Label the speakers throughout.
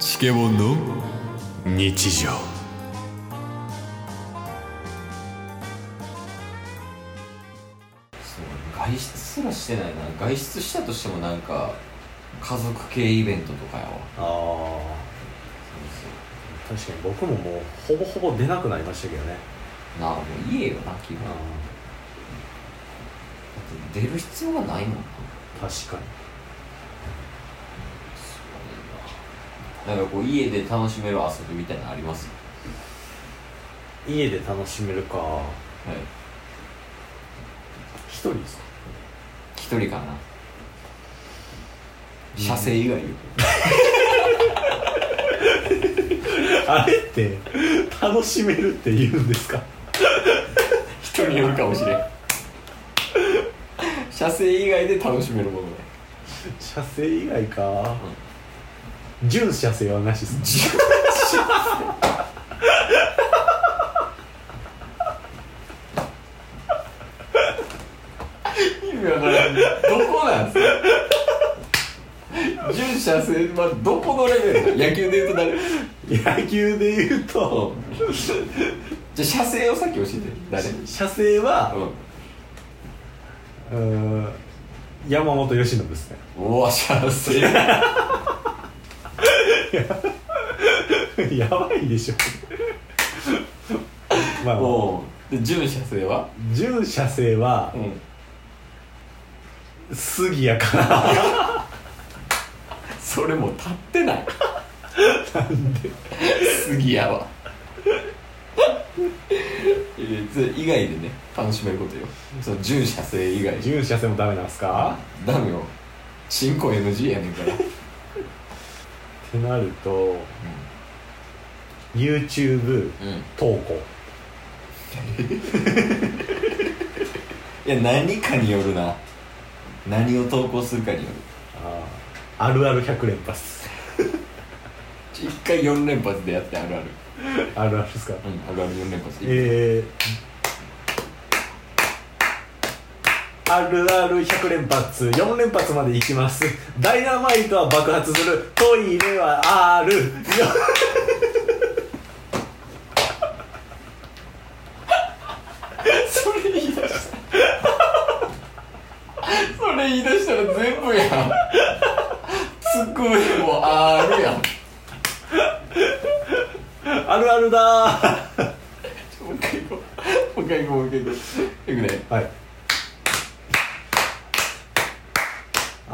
Speaker 1: チケボンの日常
Speaker 2: そう外出すらしてないな外出したとしてもなんか家族系イベントとかやわ
Speaker 3: あ
Speaker 2: そう
Speaker 3: あ確かに僕ももうほぼほぼ出なくなりましたけどね
Speaker 2: そうなあもう家よな基本だ
Speaker 3: あ
Speaker 2: って出る必要がないもんな
Speaker 3: 確かに
Speaker 2: そうだななんかこう家で楽しめる遊びみたいなのあります
Speaker 3: 家で楽しめるか
Speaker 2: はい
Speaker 3: 一人ですか
Speaker 2: 一人かな射精以外よ
Speaker 3: あれって楽しめるって言うんです か
Speaker 2: 人によるかもしれん 射精以外で楽しめるものね
Speaker 3: 射精以外か、純射精はなしですか
Speaker 2: 意味わからんどこなんすか 純射精はどこのレベル野球で言うと誰
Speaker 3: 野球で言うと
Speaker 2: じゃあ射精をさっき教えて誰うん
Speaker 3: 射精は、うーん山本由伸ですね
Speaker 2: うわ射精
Speaker 3: やばいでしょまあ
Speaker 2: もうで純射精は
Speaker 3: 純射精は
Speaker 2: うん
Speaker 3: 杉谷か
Speaker 2: それもう立ってないなんで杉谷は以外でね楽しめることよその純射精以外
Speaker 3: な純射精もダメなんすか
Speaker 2: ダメよチンコ NG やねんから
Speaker 3: ってなると YouTube
Speaker 2: うん
Speaker 3: 投稿
Speaker 2: いや何かによるな何を投稿するかによる
Speaker 3: あーあるある100連発
Speaker 2: 一回4連発でやってあるある
Speaker 3: あるあるです
Speaker 2: う
Speaker 3: か
Speaker 2: んあるある4連発で
Speaker 3: えー、あるある100連発4連発までいきますダイナマイトは爆発するトイレはあるよ
Speaker 2: それ言い出したそれ言い出したら全部やん机もあるやん
Speaker 3: あるあるだ
Speaker 2: もう一回行こうもう一回行こうもう一回行こういくね
Speaker 3: ーはい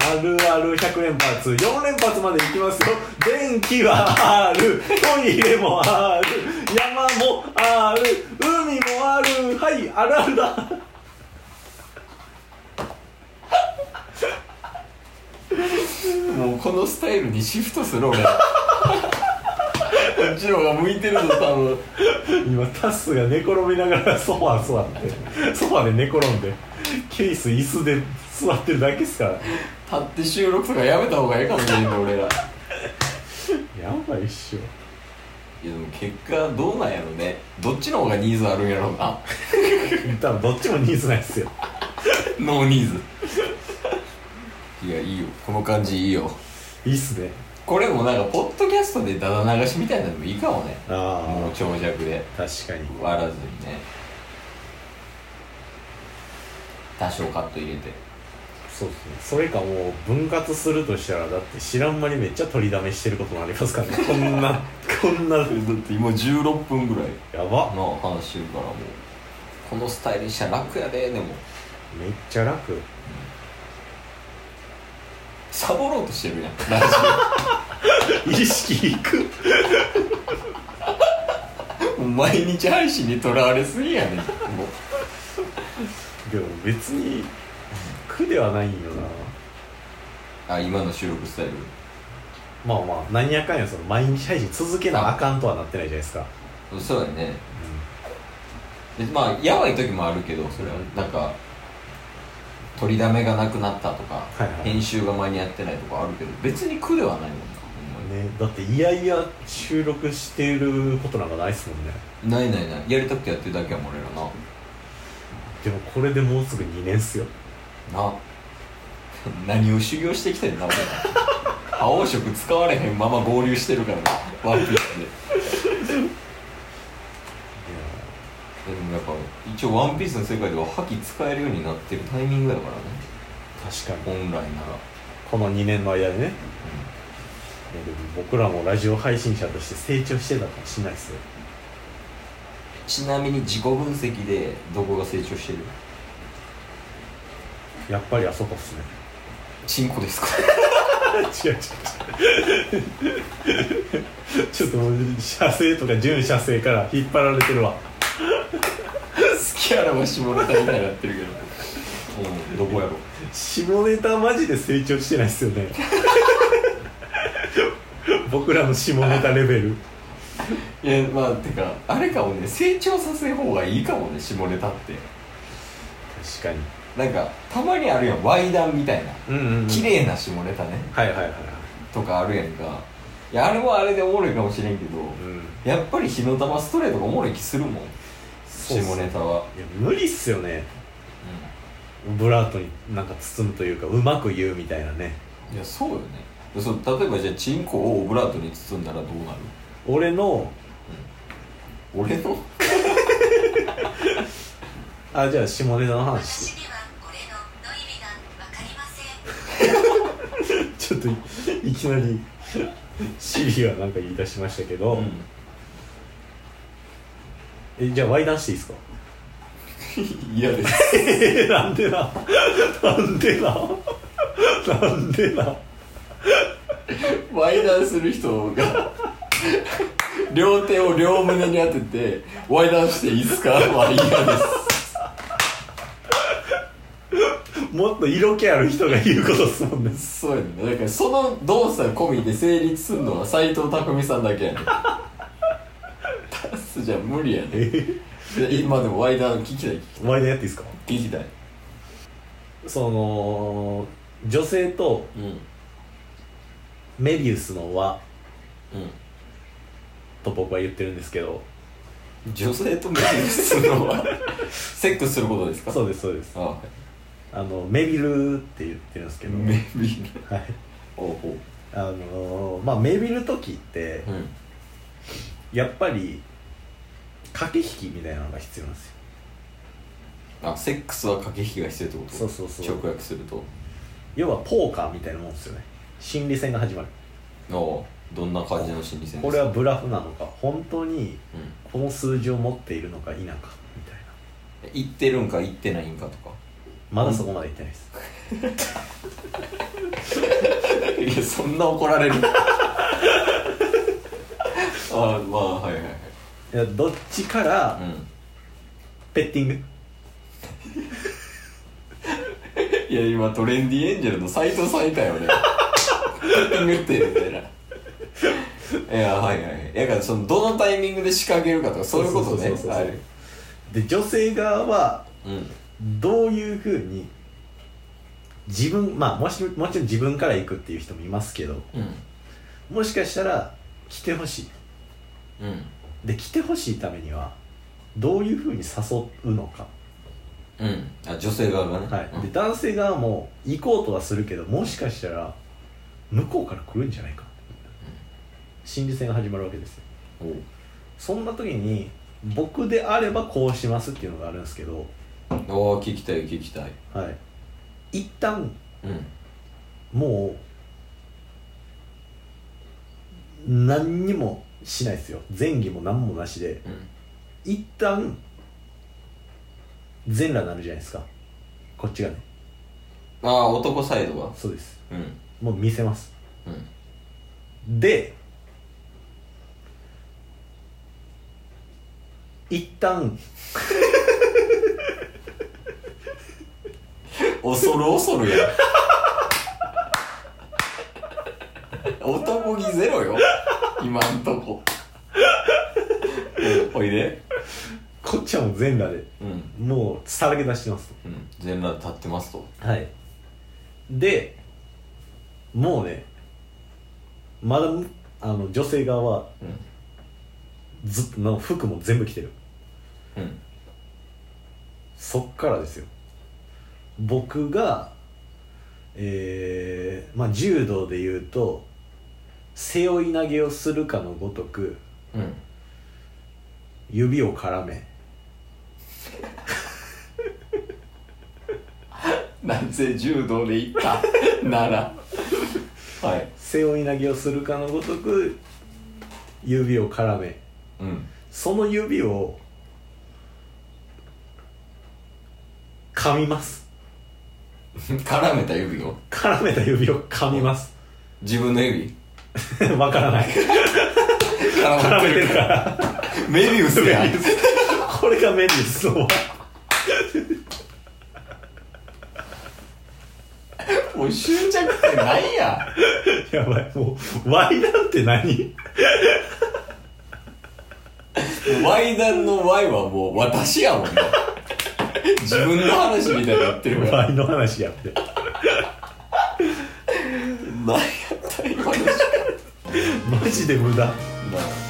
Speaker 3: あるある100連発4連発までいきますよ電気はあるトイレもある山もある海もあるはいあるあるだ
Speaker 2: もうこのスタイルにシフトする俺こっちの方が向いてるぞ多分
Speaker 3: 今タスが寝転びながらソファー座ってソファーで寝転んでケース椅子で座ってるだけっすから
Speaker 2: 立って収録とかやめた方がいいかもしれんね俺ら
Speaker 3: やばいっしょ
Speaker 2: いやでも結果どうなんやろねどっちの方がニーズあるんやろうな
Speaker 3: 多分どっちもニーズないっすよ
Speaker 2: ノーニーズいやいいよこの感じいいよ
Speaker 3: いいっすね
Speaker 2: これもなんかポッドキャストでダダ流しみたいなのもいいかもねも
Speaker 3: あ
Speaker 2: う長尺で
Speaker 3: あ確かに
Speaker 2: 割らずにね多少カット入れて
Speaker 3: そうですねそれかもう分割するとしたらだって知らん間にめっちゃ取りだめしてることもありますからねこんなこんなや
Speaker 2: だって今16分ぐらい
Speaker 3: ば
Speaker 2: の話してるからもうこのスタイルにしたら楽やででも
Speaker 3: めっちゃ楽
Speaker 2: サボろうとしてるやんラジ
Speaker 3: 意識いく
Speaker 2: オもう毎日配信にとらわれすぎやねんもう
Speaker 3: でも別に苦ではないんよな
Speaker 2: あ今の収録スタイル
Speaker 3: まあまあ何やかんやその毎日配信続けなあかんとはなってないじゃないですか、
Speaker 2: そうだねでまあやばい時もあるけどそれは
Speaker 3: うん
Speaker 2: なんか取りだめがなくなったとか、
Speaker 3: はいはい
Speaker 2: 編集が間に合ってないとかあるけど別に苦ではないもんなほんま
Speaker 3: ね、だっていやいや収録してることなんかないっすもんね
Speaker 2: にないないないやりたくてやってるだけやもん俺らな
Speaker 3: でもこれでもうすぐ2年っすよ
Speaker 2: な何を修行してきてんな俺ら青色使われへんまま合流してるからねワンピースででもやっぱ一応ワンピースの世界では覇気使えるようになってるタイミングだからね
Speaker 3: 確かに
Speaker 2: 本来なら
Speaker 3: この2年の間でね、いやでも僕らもラジオ配信者として成長してたかもしれないですよ
Speaker 2: ちなみに自己分析でどこが成長してる
Speaker 3: やっぱりあそこっすね
Speaker 2: チンコですか
Speaker 3: 違う違う違うちょっともう射精とか準射精から引っ張られてるわ
Speaker 2: 好きあらば下ネタみたいになってるけどうんどこやろ
Speaker 3: 下ネタマジで成長してないっすよね僕らの下ネタレベル
Speaker 2: いやまあてかあれかもね成長させる方がいいかもね下ネタって
Speaker 3: 確かに
Speaker 2: なんかたまにあるやんワイダンみたいな
Speaker 3: うんうん、うん、
Speaker 2: 綺麗な下ネタね
Speaker 3: はいはいはいはい
Speaker 2: とかあるやんかいやあれもあれでおもろいかもしれんけど
Speaker 3: うん
Speaker 2: やっぱり火の玉ストレートがおもろい気するもん下
Speaker 3: そうっす
Speaker 2: ネタはい
Speaker 3: や無理っすよねブラートになんか包むというかうまく言うみたいなね
Speaker 2: いやそうよねそう例えばじゃあチンコをオブラートに包んだらどうなる
Speaker 3: 俺の
Speaker 2: 俺の
Speaker 3: あじゃあ下ネタの話して
Speaker 4: 私にはこれのの意味がわかりません。
Speaker 3: ちょっといいきなりシリはなんか言い出しましたけど、えじゃあワイダンしていいですか
Speaker 2: 嫌、です
Speaker 3: えー、なんでななんでななんでな
Speaker 2: ワイダンする人が両手を両胸に当ててワイダンしていいっすかは嫌です
Speaker 3: もっと色気ある人が言うことっすもんね
Speaker 2: そうやねだからその動作込みで成立するのは斎藤工さんだけやねん出すじゃ無理やね
Speaker 3: え
Speaker 2: で今でもワイダン聞きたい
Speaker 3: ワイダンやっていいですか
Speaker 2: 聞きたい
Speaker 3: その女性と
Speaker 2: うんうん
Speaker 3: メビウスの輪と僕は言ってるんですけど
Speaker 2: 女性とメールするのはセックスすることですか
Speaker 3: そうですそうです
Speaker 2: あは
Speaker 3: あのメビルって言ってるんですけ
Speaker 2: い
Speaker 3: ど、
Speaker 2: メビル
Speaker 3: はい
Speaker 2: おうほう
Speaker 3: あのーまあメビル時って
Speaker 2: うん
Speaker 3: やっぱり駆け引きみたいなのが必要なんですよ
Speaker 2: あセックスは駆け引きが必要ってこと
Speaker 3: そうそうそう
Speaker 2: 直訳すると
Speaker 3: 要はポーカーみたいなもんですよね心理戦が始まる
Speaker 2: おうどんな感じの心理戦ですか
Speaker 3: これはブラフなのか本当に
Speaker 2: うん
Speaker 3: この数字を持っているのか否かみたいな
Speaker 2: 行ってるんか行ってないんかとか
Speaker 3: まだそこまでいってないで す、
Speaker 2: いやそんな怒 られるあまあはいはいはい
Speaker 3: いやどっちから
Speaker 2: う
Speaker 3: ペッティング
Speaker 2: んいや今トレンディエンジェルの斎藤さんいたよ ね言ってるみたいないやはいはいだからそのどのタイミングで仕掛けるかとかそういうことね
Speaker 3: そうそうそうそう
Speaker 2: はい
Speaker 3: で女性側は
Speaker 2: うん
Speaker 3: どういうふうに自分まあもしもちろん自分から行くっていう人もいますけど
Speaker 2: うん
Speaker 3: もしかしたら来てほしい
Speaker 2: うん
Speaker 3: で来てほしいためにはどういうふうに誘うのか、
Speaker 2: うんあ女性側がね
Speaker 3: はい、で男性側も行こうとはするけどもしかしたら向こうから来るんじゃないか心理戦が始まるわけですよ
Speaker 2: うんおう
Speaker 3: そんな時に僕であればこうしますっていうのがあるんですけど、
Speaker 2: おー聞きたい聞きたい
Speaker 3: はい、一旦
Speaker 2: うん
Speaker 3: もう何にもしないですよ前儀も何もなしで
Speaker 2: うん
Speaker 3: 一旦全裸になるじゃないですかこっちがね
Speaker 2: ああ男サイドは
Speaker 3: そうです
Speaker 2: うん
Speaker 3: もう見せます
Speaker 2: うん
Speaker 3: で一旦
Speaker 2: 恐る恐るやん男気ゼロよ今んとこうんおいで
Speaker 3: こっちはもう全裸で
Speaker 2: うん
Speaker 3: もうさらけ出してます
Speaker 2: うん全裸立ってますと
Speaker 3: はいでもうねまだあの女性側は
Speaker 2: う
Speaker 3: ずっとの服も全部着てる
Speaker 2: んうん
Speaker 3: そっからですよ僕がえー、まあ柔道で言うと背負い投げをするかのごとく
Speaker 2: うん
Speaker 3: 指を絡め
Speaker 2: なぜ柔道でいったならはい
Speaker 3: 背負い投げをするかのごとく指を絡め
Speaker 2: うん
Speaker 3: その指を噛みます
Speaker 2: 絡めた指を
Speaker 3: 絡めた指を噛みます
Speaker 2: 自分の指
Speaker 3: わからない
Speaker 2: 絡
Speaker 3: 絡めてる
Speaker 2: か
Speaker 3: から
Speaker 2: らメビウスやん
Speaker 3: これがメビウスの輪
Speaker 2: もう執着ってないや
Speaker 3: やばいもうワイなんて何
Speaker 2: ワイダンの Y はもう私やもんね自分の話みたいになってるから
Speaker 3: ワイの話やって
Speaker 2: 何やった今の時間
Speaker 3: マジで無駄
Speaker 2: なあ